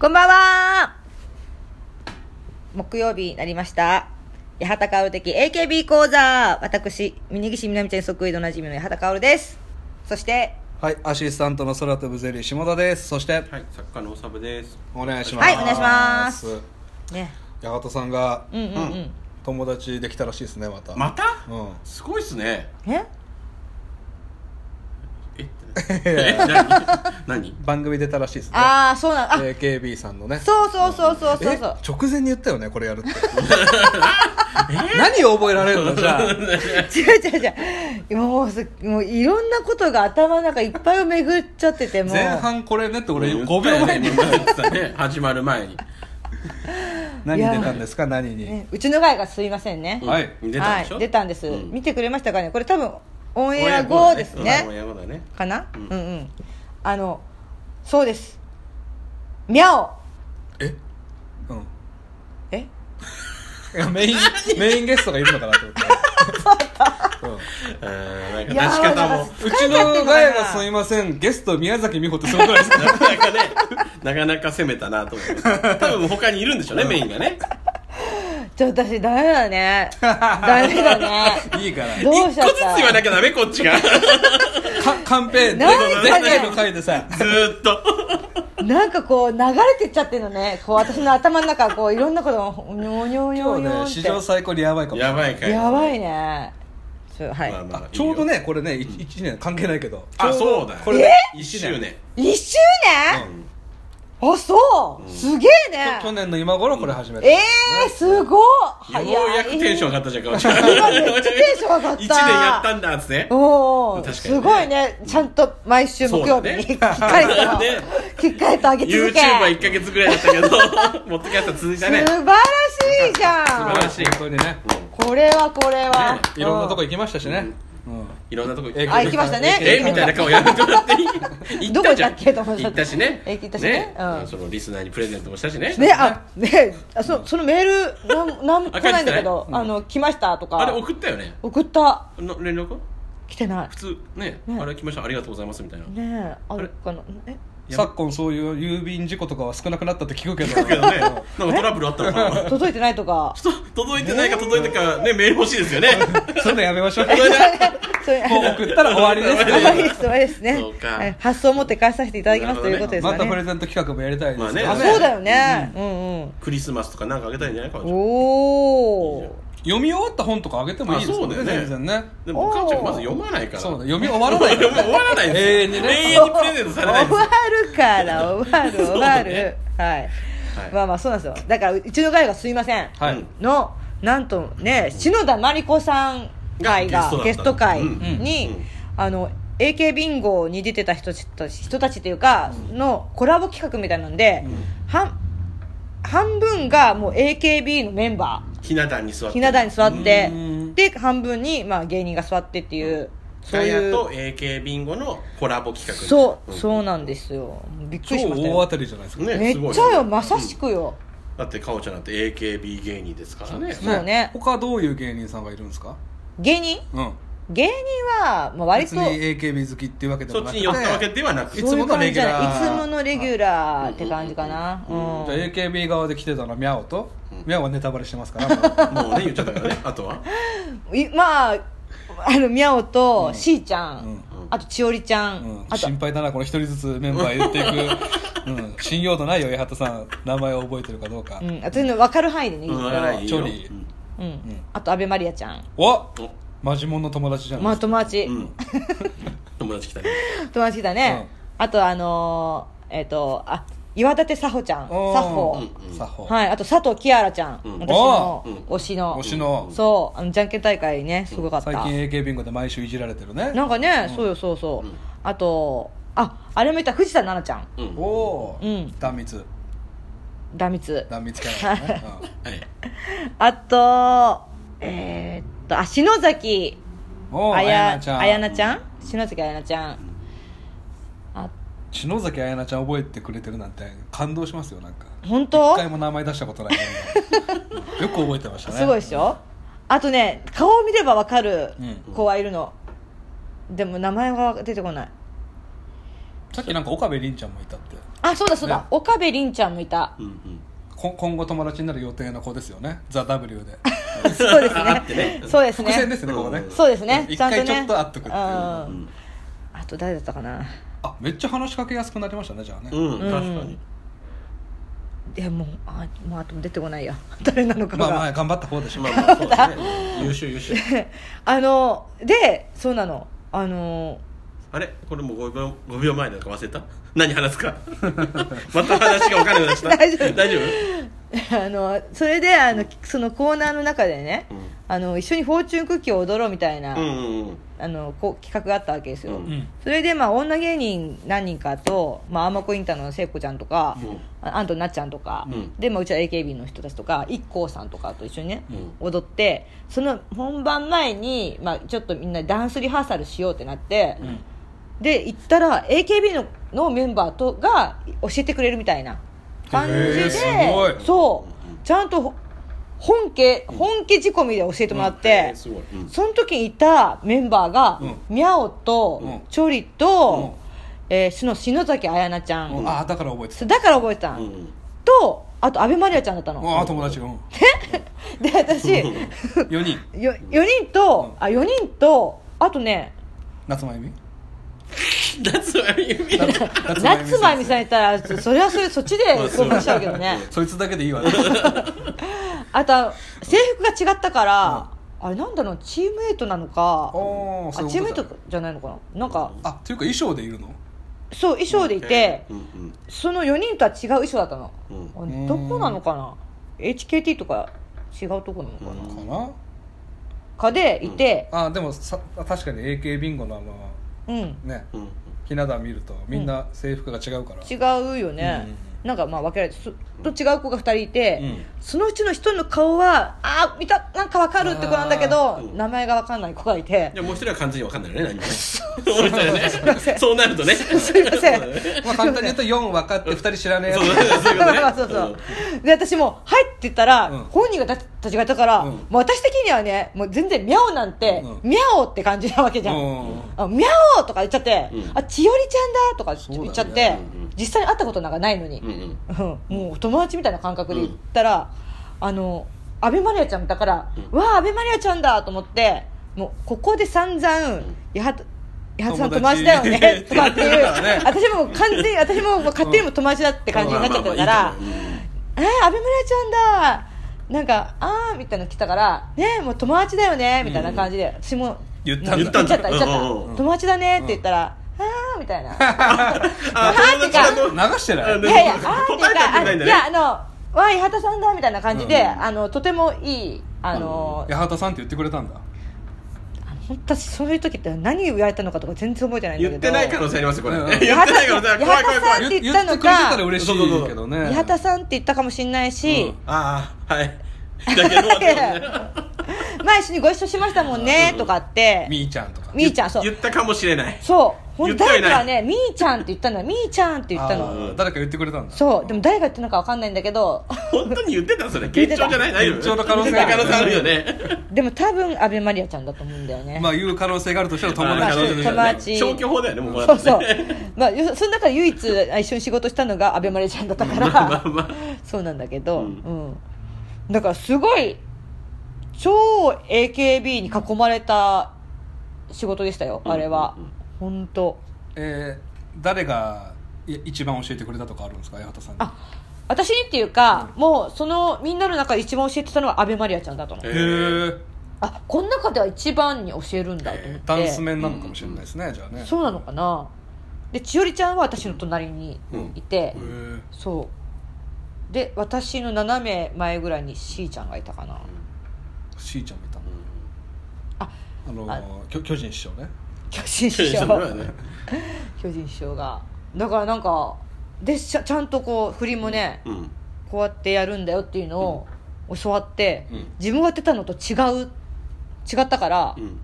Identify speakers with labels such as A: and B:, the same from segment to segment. A: こんばんは木曜日になりました。八幡薫的 AKB 講座私、峯岸みなみちゃんに即位でおなじみの八幡薫です。そして、
B: はい、アシスタントの空飛ぶゼリー下田です。そして、
C: はい、作家のおさぶです。
B: お願いします。
A: はいお願いしますね。
B: 八幡さんが、
A: うんうんうん。
B: 友達できたらしいですね、また。
C: また？
B: うん。
C: すごいっすね。
A: え
C: え？え？ 何？何？
B: 番組出たらしいですね。
A: ああ、そうなん、あ、
B: AKB さんのね。
A: そうそうそうそうそうそう。
B: え直前に言ったよね、これや るって。何を覚えられるの じゃあ。
A: 違う違う違う。もうす、もういろんなことが頭の中いっぱいを巡っちゃってて、もう。
B: 前半これねって俺
C: うん
B: 5秒前に。
C: 言ったよね言ったね 始まる前に。
B: 何出たんですか、何に。
A: ねうちの会がすいませんね。
B: はい
C: うん出たでしょ？
A: はい、出たんです、
C: うん
A: 見てくれましたかねこれ多分オ
C: オ
A: ン
C: ン
A: エ
C: エ
A: ア
C: ア
A: 後
C: 後
A: です
C: オン
A: ね
C: エア後だね。
A: かな、うん、
C: ん
A: うんあのそうですミャオ
B: えうん
A: え
B: いや。メイン、メインゲストがいるのかなと 思って。うん
C: あー
A: い
C: な
A: や
C: んか
A: ー
C: 出し方
A: なん
C: も
A: か
B: うちのガヤがすいません、ゲスト宮崎美穂ってそのくらいですね。
C: なかなかね、なかなか攻めたなと思って。 多分他にいるんでしょうねメインがね。
A: ちょっと私ダメだ ねダメだね
B: いいから。
A: どうしちゃ
C: 一
A: っ
C: 個ずつ言わな
A: た
C: きゃダメこっちが。
B: かカンペ
A: なんかね
B: 前回の回でさ、
C: ずーっと。
A: なんかこう流れてっちゃってるのねこう私の頭の中こういろんなことがにょにょに
B: 今
A: ょ
B: 日
A: にょ
B: ね、
A: っ
B: 史
A: て
B: 上最高にやばいかも。
C: やばいかい。
A: やばいねちょはい、
C: まあまあ
B: あ
C: いいよ
B: ちょうど。ね、これね、1年関係ないけど。
C: あ、そうだ。
B: これね
C: 一周年。
A: 一周
C: う
A: 年、
C: ん
A: あそう、すげえね
B: 去去年の今頃これ始めた。
A: えー、すごっ
C: ようやくテンション上
A: ン
C: がったじゃんかおちゃ ん。
A: 今めっちゃテンション上がった
C: 一年やったんだっつって。
A: おお、
C: 確かにね
A: すごいねちゃんと毎週木曜日にき
C: そ
A: っ
C: う
A: かりと、
C: ね
A: きっかりと上げ続け
C: YouTuber1 ヶ月ぐらいだったけど、 モッドキャスト続いたね。
A: 素晴らしいじゃ
C: 素晴
A: ん
C: らしい
B: 本当にね、
A: これはこれは、
C: ね
B: いろんなとこ行きましたしね。うん
C: いろんなとこ行
B: え
C: っ
A: あ行きましたね
C: えみたいな顔やめてもら っていい
A: どこ行ったっけと思っちゃ
C: 行
A: っ
C: ったたしね。
A: え行ったしねうん
C: そのリスナーにプレゼントもしたしね。
A: ねあねあそそのメールなんなんも来ないんだけど、あの来ましたとか
C: あれ送ったよね。
A: 送った
C: の連絡
A: 来てない
C: 普通、ね、
A: ね
C: あれ来ました、ありがとうございますみたいな。
A: ねえあるかなえ
B: 昨今そういう郵便事故とかは少なくなったって聞くけど。
C: けどね、なんかトラブルあったのかな。
A: 届いてないと か
C: ちょっと届いてないか届いてか、ね、メール欲しいですよね。
B: そういうのやめましょう。
A: そういう
B: もう送ったら終わりです
A: あ
B: ね。
A: まり そうですね
C: そうか
A: はい発想を持って返させていただきますということですよね
B: またプレゼント企画もやりたいですけど
C: ま
A: あ
C: あね
A: そうだよね、うん、うん
C: クリスマスとかなんかあげたいんじゃないか
A: おお
B: 読み終わった本とかあげてもいいですもんね、
C: あそうだよ
B: 全
C: ね
B: 然ね。
C: でも、お母ちゃんまず読まないから。
B: そうだ、読み終わらないか
C: 読
B: ら
C: み
B: ね。
C: 終わらないです。
B: 永遠にね
C: 永遠にプレゼントされない
A: 終
C: で
A: わるから終 わる終わる、はい、
C: はい
A: まあまあそうなんですよだからうちの会がすいません、
B: はい。
A: のなんとね篠田真理子さん会が
C: が
A: ゲ
C: ゲ
A: ス
C: ス
A: ト
C: トだった
A: 会
C: うん
A: に、
C: うんうん
A: あの AK ビンゴに出てた人たち人たちというかのコラボ企画みたいなんで、半半分がもう AKB のメンバー
C: す。ひな壇に座って。
A: ひな壇に座って
B: うん
A: で半分に、まあ、芸人が座ってっていうそう
C: ガ
A: い
C: ヤ
A: う
C: と AK ビンゴのコラボ企画
A: そう、
C: ん
A: そうなんですよ。びっく
B: 超
A: りしました
B: 大当
A: よ。
B: たりじゃないですか。
C: ね
A: めっ
C: すごい
A: ちゃよ、まさしくよ。
C: だってかおちゃんなんて AKB 芸人ですからね
A: そうね
B: 他どういう芸人さんがいるんですか
A: 芸人
B: うん
A: 芸人は、まあ、割
B: 別
A: と、
B: に AKB 好きっていうわけでも
C: そっ
B: な
C: ち
B: く
C: に
B: て
C: 寄ったわけではなく
B: い
C: い
B: つものレギュラ
A: そういう感じ
B: ー
A: じゃないいつものレギュラーって感じかな。うん。
B: じゃあ AKB 側で来てたのはミャオと、
C: うん
B: ミャオはネタバレしてますから もう
C: もうね言っちゃった からねあとはい
A: まあ、あの、みゃおと、しーちゃ
B: うんん、
A: あと、ちおりちゃ
B: うん
A: ん、あと、
B: 心配だなこの一人ずつメンバー入れてい く、うん、信用度ないよ八幡さん名前を覚えてるかどうか、
A: うん、あと、分かる範囲でね、いい
C: うん
A: けど
C: はいいいよ
B: チョリー
C: うん
A: うん。あと、安倍まりやちゃん。
B: お
C: お
B: マジモンの友達じゃない
A: ま
B: で
A: あ、
B: すか、
A: 友達。
C: うん 友達来たね
A: 友達だね。あと、あのー、えっと、あ、岩立さほちゃん、さ
B: おー
A: ほ。
C: うん
B: 作法、
A: はい、あと佐藤キアラちゃん、
C: うん
A: 私の
C: うん
A: 推しの
B: 推しの、
A: そうあのじゃんけん大会ねすごかった、
B: 最近 AK ビンゴで毎週いじられてるね
A: なんかね、そうよそうそう、
C: うん
A: あとああれもいた藤田奈々ち
C: うん
B: お
C: は
B: おー、
A: うん
B: 断密
A: ゃん壇蜜
B: 断密キャラだね、
C: い
A: あとえー、っとあ篠崎
B: うん、おお
A: あ
B: あや
A: や
B: なちゃん
A: あやなちゃん篠崎あやなちゃんあ
B: 篠崎あやなちゃん覚えてくれてるなんて感動しますよなんか
A: 本当
B: 一回も名前出したことないね よく覚えてましたね
A: すごいでしょあとね顔を見ればわかる
B: うん
A: 子はいるの、でも名前が出てこない
B: さっきなんか岡部凛ちゃんもいたって
A: ああそうだそうだ、
B: ね
A: 岡部凛ちゃんもいた
C: うんうん
B: こ今後友達になる予定の子ですよね「ザ・ w で
A: そうです
C: ああって
A: ね
C: ね
A: そうです
B: 伏線で
A: ね
B: すねここね
C: うん
A: そうですね
B: 一
A: ちゃんとね
B: 回ちょっと会っとくってい
A: うん
B: うあ
C: うん
A: あと誰だったかな
B: めっちゃ話しかけやすくなりましたねじゃあね、
C: うん確かに
A: いやもうあもうあと出てこないや 誰なのか
B: ま
A: が、
B: あまあ頑張った方でしょ、
C: まあまあそうだね優秀優秀
A: あのでそうなのあの
C: あれこれもう5秒5秒前だから忘れた何話すか また話がお金を出し た
A: 大丈夫
C: 大丈夫
A: あのそれであのそのコーナーの中でね、
C: うん
A: あの一緒にフォーチュンクッキーを踊ろうみたいな、
C: うんうんうん
A: あのこう企画があったわけですよ、
C: う
B: うん、
A: それでまあ女芸人何人かと、まあ、アーマコインターの聖子ちゃんとか、
C: うん
A: あアントンなっちゃんとか、
C: うん
A: で、まあ、うちは AKB の人たちとか IKKO さんとかと一緒にね、
C: う
A: 踊ってその本番前に、まあ、ちょっとみんなダンスリハーサルしようってなって、
B: うん
A: で行ったら AKB ののメンバーとが教えてくれるみたいな感じ
B: へ
A: で
B: ーすごい
A: そうちゃんとほ本家本家仕込みで教えてもらって、
C: えーすごいうん
A: その時にいたメンバーが、
B: う
A: ミャオと、
B: うん
A: チョリと、えー、しの篠崎彩菜ちゃん、
C: うん
B: ああだから覚えて
A: そうだから覚えてたん、
C: うん
A: とあと阿部まりあちゃんだった
B: た、
A: の、
B: ああ友達うん
A: で私
C: うん
B: 4人
A: よ4人と、あ4人とあとね
B: 夏真由 美
C: 夏は意味
B: 夏
A: 夏真由美さんいたらそそれはそれそっちで
C: まあ
A: 合格しちゃうけどね
B: そいつだけでいい わね
A: あと制服が違ったから、あれなんだろうチームエイトなのか
B: おーそう
A: あ
B: いうことだ
A: チームエイトじゃないのかななんか
B: あというか衣装でいるの
A: そう衣装でいて、
C: うんうん
A: その4人とは違う衣装だったの、
C: う
B: うん
A: どこなのかな HKT とか違うとこなのかな、
C: うん
B: かな
A: かでいて
B: あでもさ確かに AK ビンゴのあの
A: うん、
B: ね
C: うんうん
B: ひな壇見るとみんな制服が違うから、
A: 違うよね、なんかまあ分けられてそと違う子が2人いて、
B: うん
A: そのうちの1人の顔はああ見たなんか分かるって子なんだけど
C: あーうん
A: 名前が分かんない子がいて
C: じゃあもう一人は完全に分かんないよ ね何もねそうねそうなるとね
A: すいません
C: そうだね
B: まあ、簡単に言うと4分かって2人知らねえや
C: そう
B: つ
C: だねそういうことね
A: そうそうで私も入ってったら、
B: うん
A: 本人がたたちがいたから、
B: うん
A: もう私的にはねもう全然ミャオなんて、
B: うん
A: ミャオって感じなわけじゃん、
B: うん
A: あミャオとか言っちゃって、
C: うん
A: あ千織ちゃんだとか
B: そうだよね
A: 言っちゃって、
C: うんうん
A: 実際に会ったことなんかないのに、
C: うんうん
A: うんもう友達みたいな感覚で言ったら、あの阿部まりあちゃんだから、
C: うん
A: わあ阿部まりあちゃんだと思ってもうここで散々、やはやはさん友達だよ ねと
B: 友
A: か
B: 達
A: っていう
B: ね
A: 私も完全に私も勝手にも友達だって感じになっちゃってるか
C: まあまあ
A: ら
C: まあいいと思ううん
A: 「えー、阿部まりあちゃんだ!」なんか「ああ」みたいなの来たから「ねもう友達だよね」みたいな感じで私も
B: 言ったんだ
A: 言っちゃった言っちゃった
C: うんうんうん
A: 友達だね」って言ったら「ああ」み たいな。
C: あ
A: なんてか
B: 流してない
A: いやいや、あーって
C: 答えたってない
A: い
C: ん
A: うか、あ
C: だ
A: い
C: ね
A: や、あの、わあ、八幡さんだみたいな感じで、
B: うん
A: あの、とてもいい、あの、
B: 八幡さんって言ってくれたんだ
A: あの本当私そういう時って何言われたのかとか全然覚えてないんだけ
C: 言っ
A: ど。
C: てない可能性ありますよこれ
B: う
C: 言
B: ん
C: ってない可能性ある怖い怖い怖
A: 八幡さん
C: い
A: っ
B: 言
A: て言
B: 言っ
A: った
B: て
A: の
B: くれ
A: か
B: てたら嬉しいけどね
A: 八幡さんって言ったかもしれないし、
C: ああはいだけど
A: い や前一緒にご一緒しましたもんね、とかって、
B: みーちゃんとか
A: みーちゃん、そう
C: 言。ったかもしれない
A: そう。ほんと
C: 言っては
A: 誰
C: いない
A: かはね、みーちゃんって言ったのよ。みーちゃんって言った
B: あ
A: の。
B: ー誰か言ってくれたんだ
A: そう。でも誰が言ったのかわかんないんだけど、
C: 本当に言ってたそれ
A: 言っ
C: 現
A: てた
C: 状じゃない大丈夫
B: 現状の可能性
C: 言ってた可能性あるよね
A: でも多分、安倍マリアちゃんだと思うんだよね。
B: まあ言う可能性があるとしたら友
A: まあ
B: 達
A: 可能性
B: だ
A: 友達
C: 消去法だよねもうこれ
A: そうそう、まあ、よその中で唯一一緒に仕事したのが阿部まりちゃんだったから、
C: まあまあまあ
A: そうなんだけど、う
C: うん
A: んだからすごい超 AKB に囲まれた仕事でしたよあれは、
C: うんうんうん
A: 本当
B: えー誰がい一番教えてくれたとかあるんですか八幡さんに
A: あ私にっていうか、もうそのみんなの中で一番教えてたのは阿部まりあちゃんだと思う
C: え
B: へえ
A: あこの中では一番に教えるんだと思って、
B: ダンス面なのかもしれないですね、じゃあね
A: そうなのかなで千織ちゃんは私の隣にいて、
B: へー
A: そうで私の斜め前ぐらいにしーちゃんがいたかな
B: しーちゃんもいたの
A: あ
B: あのー、巨巨人師匠ね
A: 巨人師匠巨人師匠がだからなんかでちゃちゃんとこう振りもね、
C: うん
A: こうやってやるんだよっていうのを教わって、
C: うん
A: 自分がやってたのと違う違ったから、
C: うん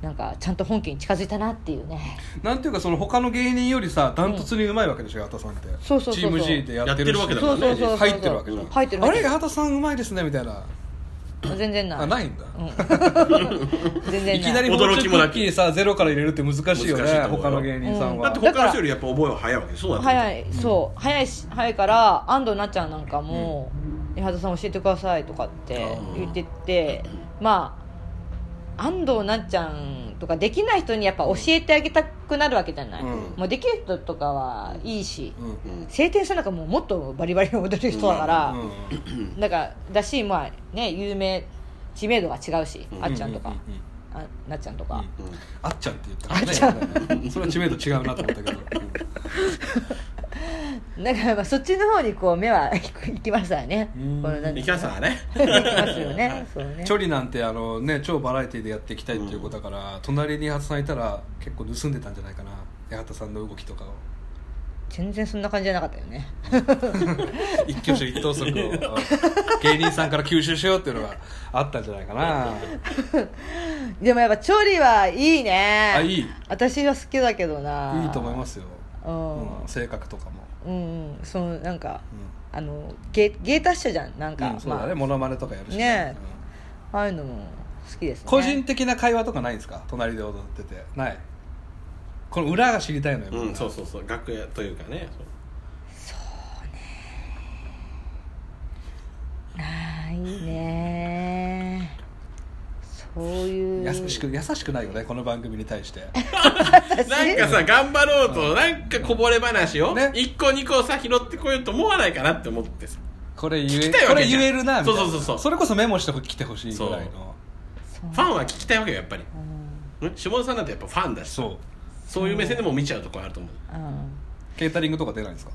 A: なんかちゃんと本家に近づいたなっていうね
B: なんていうかその他の芸人よりさダントツにうまいわけでしょ八幡さんって
A: そうそうそうそう
B: チーム G でやってるし
C: やってるわけだ
A: そうそうそうそう
B: 入ってるわけだ
A: 入ってるわ
B: あ
A: け
B: れ
A: だ
B: 八幡さんうまいですねみたいな
A: 全然ない
B: あないんだ
A: うん全然ない
B: いきなりもう
C: 驚きもなく
B: 一気にさゼロから入れるって難しいよ
C: 難しい
B: ね
C: と思うよ
B: 他の芸人さん
A: うん
C: だっ
B: は
C: て
A: こだから
C: 他の人よりやっぱ覚えは早いわけそうだ
A: 早いそう早いし早いから安藤なっちゃんなんかも「矢、作、さん教えてください」とかって言っててまあ安藤なっちゃんとかできない人にやっぱ教えてあげたくなるわけじゃない、
B: うん
A: もうできる人とかはいいし
B: うん
C: うん
A: 晴天さんなんかもうもっとバリバリ踊れる人だから、
B: うん
A: なんかだしまあね有名知名度が違うし、
C: うん
A: あっちゃんとか、
B: うううん
A: あなっちゃんとか、
B: うん
C: うん
B: あっちゃんって言ったらねそれは知名度違うなと思ったけど
A: だからまあそっちの方にこう目は行きますわね。
B: うん
A: このなんてい
C: 行
A: う
C: き
A: の
C: ましたね
A: 行きますよね。そうね。
B: チョリなんてあのね超バラエティでやっていきたいっていうことだから隣に八幡さんいたら結構盗んでたんじゃないかな八幡さんの動きとかを
A: 全然そんな感じじゃなかったよね。
B: 一挙手一投 足を芸人さんから吸収しようっていうのがあったんじゃないかな
A: でもやっぱチョリはいいね。
B: あいい
A: 私は好きだけどな。。
B: いいと思いますすよ、
A: う
B: うん、性格とかも、
A: ん。うん。そのなんか
B: うん
A: あのゲゲー達者じゃんなんか、
B: うんそうだね、
A: ま
B: モノマネとかやるし
A: ねえ
B: うん
A: あああいうのも好きですね。
B: 個人的な会話とかないんですか隣で踊っててないこの裏が知りたいのよ、
C: うんそううそうそう楽屋というかねそう
A: ないね。そういう
B: 優しく優しくないよねこの番組に対して
C: なんかさ頑張ろうとなんかこぼれ話を
B: ね
C: 一個二個さ拾ってこようと思わないかなって思ってさ
B: これ言え
C: きたい
B: こ
C: わ
B: れ
C: けじゃん
B: 言えるなみたいな
C: そうそうそうそう
B: それこそメモしてきてほしいぐらいの
A: そう
C: ファンは聞きたいわけよやっぱり
A: うん
C: ん下田さんなんてやっぱファンだし
B: そう
C: そういう目線でも見ちゃうとこあると思う
A: うん。
B: ケータリングとか出ないんですか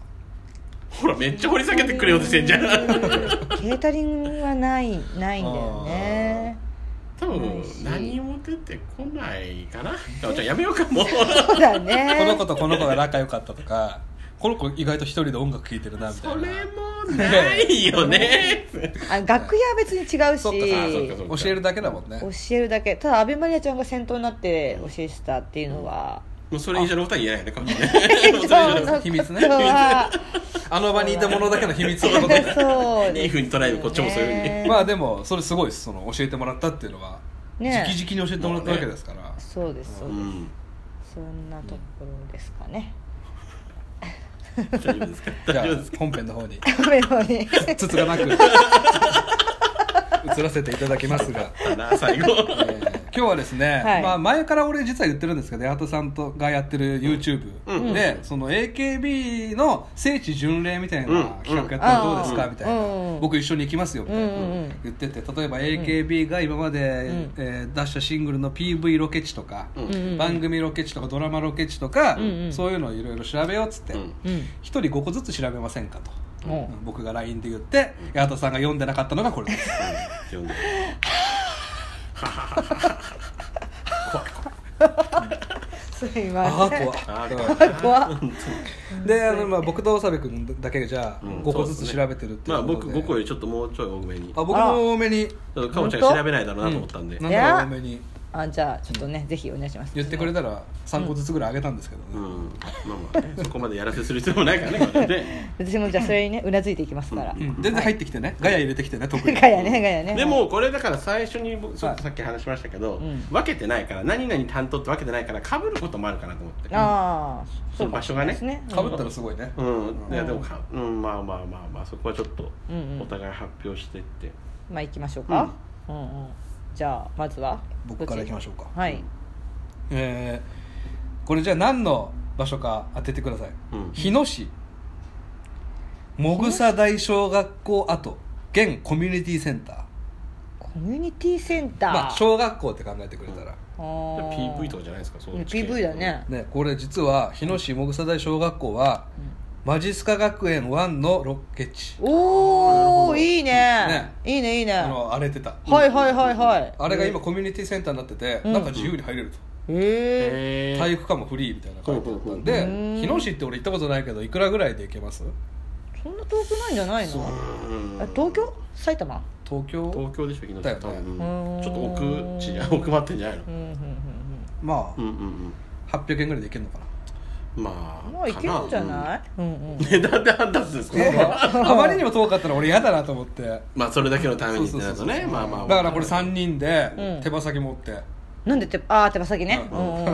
C: ほらめっちゃ掘り下げてくれようとしてんじゃん
A: ケータリングはないないんだよね
C: 多分何も出てこないかなじゃあやめようかもう
A: そうだ
B: この
A: ね
B: 子とこの子が仲良かったとかこの子意外と一人で音楽聴いてるなみたい
C: そ
B: な
C: れもないよね
A: あ楽屋は別に違うし
B: そっか
C: あそっかそっ
B: 教えるだけだもんね
A: 教えるだけただ阿部マリアちゃんが先頭になって教えてたっていうのは、
C: もうそれ以上のことは言えないねかもしれないもうそれ以上の
B: 秘密ね
A: そうは
B: あの場にいた者だけの秘密ってことで
A: そう
C: いい風に捉えるこっちもそういう風に
A: ね
B: まあでもそれすごいですその教えてもらったっていうのは
A: ね
B: 直々に教えてもらったわけですから
A: そうですそううです、
C: ん
A: そんなところですかね
C: 大丈夫です か
B: じゃ
C: 大丈夫です
B: あ本編の方に
A: ごめんごめん
B: つつが なく移らせていただきますが、
C: かな最後
B: えー今日はですね、
A: はい
B: まあ、前から俺実は言ってるんですけど八幡さんとがやってる YouTube
C: うん
B: で、その AKB の聖地巡礼みたいな企画やったらどうですか、
A: うん
B: みたいな、
A: うん
B: 僕一緒に行きますよみたいな、
A: うんうんうん
B: 言ってて例えば AKB が今まで、えー出したシングルの PV ロケ地とか、
C: うん
A: うん
B: 番組ロケ地とかドラマロケ地とか、
A: うんうん
B: そういうのをいろいろ調べようっつって、
C: うん
A: うん
B: 一人5個ずつ調べませんかと、
A: も
B: うん僕が LINE で言って八幡さんが読んでなかったのがこれです
C: 読んで
A: うすい
B: あ
A: ま
B: あ
A: せん
B: 怖い
A: 怖っ
B: うんであの、まあ、僕と長部君だけじゃあ
C: うん
B: 5個ずつ調べてるってい
C: ま
B: う
C: あ
B: こと
C: 僕
B: で、
C: 5個よりちょっともうちょい多めに
B: あ僕も多めに
C: ちょっとかもちゃんが調べないだろうなと思ったんで、
B: う
C: うん
B: なん
A: いや
B: だろう多めに
A: あじゃあちょっとね、ぜひお願いします
B: 言ってくれたら3個ずつぐらいあげたんですけどね、
C: まあまあね、そこまでやらせする必要もないからね、これね
A: 私もじゃあそれにねうなずいていきますから、
B: うん全然入ってきてね、ガヤ入れてきてね特 に
A: ガヤねガヤね
C: でもこれだから最初に僕そう
B: はい
C: さっき話しましたけど、
A: うん
C: 分けてないから何々担当って分けてないから被ることもあるかなと思って
A: ああ
C: その場所がね
A: そうかもしれないです
B: かぶった
A: うん
B: らすごいね、
C: うんいやでもか、うん、まあまあまあまあそこはちょっと
A: うんうん
C: お互い発表してって、
A: まあ行きましょうか、うん、うんじゃあまずは
B: 僕からいきましょう
A: う
B: か、
A: はい
B: えーこれじゃあ何の場所か当ててください、
C: うん
B: 日野市もぐさ大小学校跡現コミュニティセンター
A: コミュニティセンター、
B: まあ小学校って考えてくれたら、
A: あー
C: PV とかじゃないですかそう
A: うん PV だね、
B: ね、これ実は日野市もぐさ大小学校は、マジスカ学園1のロケ地
A: おおいいね
B: ね
A: いいねいいね
B: あの荒れてた、
A: はいはいはいはい
B: あれが今コミュニティセンターになってて、
A: うん
B: なんか自由に入れると、
A: へえ
C: え
B: 体育館もフリーみたいな感じだったんで、
A: ほうほうほう
B: 日野市って俺行ったことないけどいくらぐらいで行けます
A: そんな遠くないんじゃないのあ東京埼玉
B: 東京
C: 東京でしょ昨日
B: だよね
C: 多分
A: うん
C: ちょっと奥地に奥まってんじゃないの
A: うんうんうんうん
B: まあ、
C: うんうんうん
B: 800円ぐらいで行けるのかな
C: まあ
A: まあいけるんじゃ
C: い
A: ない、うん、うん
C: ね、なん で判断するんですか
B: あまりにも遠かったら俺嫌だなと思って
C: まあそれだけのためにってなる
B: そうそ
C: とね
B: うそうそう
C: まあまあ
B: だからこれ3人
A: う
B: で
A: ん
B: 手羽先持って、
A: なんでてああ手羽先ね、う
B: うん
A: うんうん、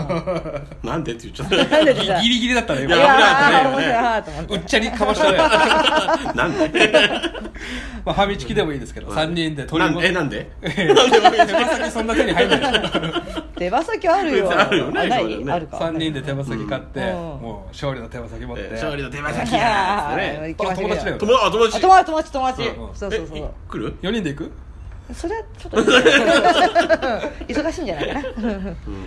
C: なんでって言っちゃっ
A: なんで
B: ギ
A: てさ
B: ギリギリだったね
C: い
B: 今
C: や
A: いやー
C: 危
A: 面
C: ない危ない
A: 白いなと思っ
B: う
A: て
B: っちゃりかましたね
C: たなんで
B: まあファミチキでもいいですけど3人で取
C: な
B: り
C: ん
B: も
C: えなんで
B: 手羽先そんな手に入んない
A: 手羽先あるよ
C: あるよね
A: あな
C: そうだよ
A: い
C: ね
A: あるか
B: 3人で手羽先買って、
A: うん
B: もう勝利の手羽先持って、
C: え勝利の手羽
A: い
C: 先や
A: や
C: ー
A: ー
C: ね
A: 行きましょう
B: 友達だよ
C: 友達あ友
A: あ
C: 達
A: 友達友達友達、
B: うんうん
A: そうそうそ
C: えいう来る
B: 4人で行く
A: それはちょっと忙しいんじゃないかな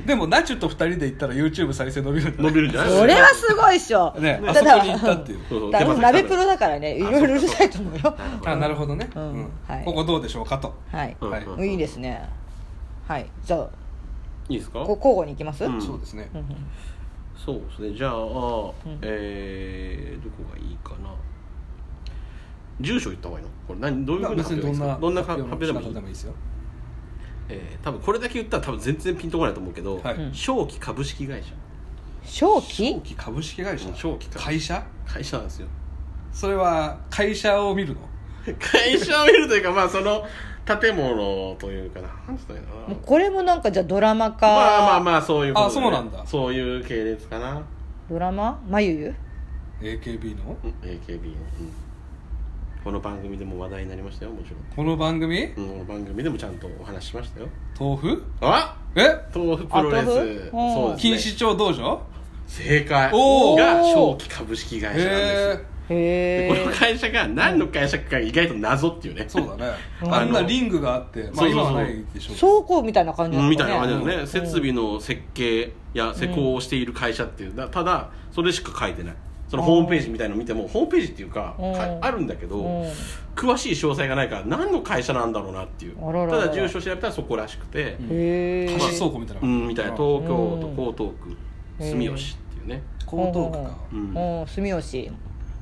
B: でもナチュと2人で行ったら YouTube 再生伸びるんだ
C: 伸びるんじゃない
A: それはすごいっしょ、
B: ね
A: た
B: あそこ
A: だ
B: に行ったっていう
C: そうそう
A: だ
C: 手羽
A: から
C: 先
A: 鍋プロだからねい
C: あ
A: ろいろうるさいと思うよ
B: あなるほどね、
A: うんはい
B: ここどうでしょうかと
A: はい、
C: うん
B: はい
A: いいですねはいじゃあ
C: いいですか
A: こ交互に行きます、
C: うん
B: そうですね
A: うんうん
C: そうですねじゃあ、
A: ん
C: えー、どこがいいかな住所言った方がいいのこれ何どういうふうな
B: 別
C: 発
B: にど
C: 表
B: ん
C: がい
B: な
C: いですかどんな
B: 発
C: 発
B: 表
C: 表で
B: の
C: も
B: 仕方
C: いい
B: でもいいですよ
C: えー、多分これだけ言ったら多分全然ピンとこないと思うけど、
B: はい
A: うん
C: 正規株式会社
A: 正気
B: 長期株式会社
C: 長期株
B: 会社
C: 会社なんですよ
B: それは会社を見るの
C: 会社を見るというかまあその建物というかななんつったらいいのかな
A: もうこれもなんかじゃあドラマか、
C: まあまあまあそういうこと
B: あそうなんだ
C: そういう系列かな
A: ドラマまゆゆ
B: AKB の
C: うん AKB の、うん、この番組でも話題になりましたよもち
B: この番組
C: ろん、うん、この番組でもちゃんとお話ししましたよ
B: 豆腐
C: あ
B: え
C: 豆腐プロ
A: あ
C: レス
A: 豆腐うん
C: そうですね
B: 錦糸町道場
C: 正解
B: おー
C: が正規株式会社なんですよ
B: へ
A: へ
B: え
C: で
A: え
C: この会社が何の会社かが意外と謎っていうね
B: そうだね
A: うん
B: あんなリングがあってま
C: そ
B: あ
C: うそうそう
B: 今はないでしょうけど
A: 倉庫みたいな感じ
C: うんみたいな
A: の
C: 感
A: か
C: じだよね設備の設計や施工をしている会社っていうだただそれしか書いてないそのホームページみたいの見てもホームページっていうか
A: うん
C: かあるんだけ
A: うん
C: ど詳しい詳細がないから何の会社なんだろうなっていう
A: あららら
C: ただ住所調べたらそこらしくて
B: ん
A: へえ
B: 貸し倉庫みたいな
C: う
B: 感じ
C: んみたいな東京
A: う
C: 都江東区住吉っていうね
B: 江東区か
C: うん
A: うん住吉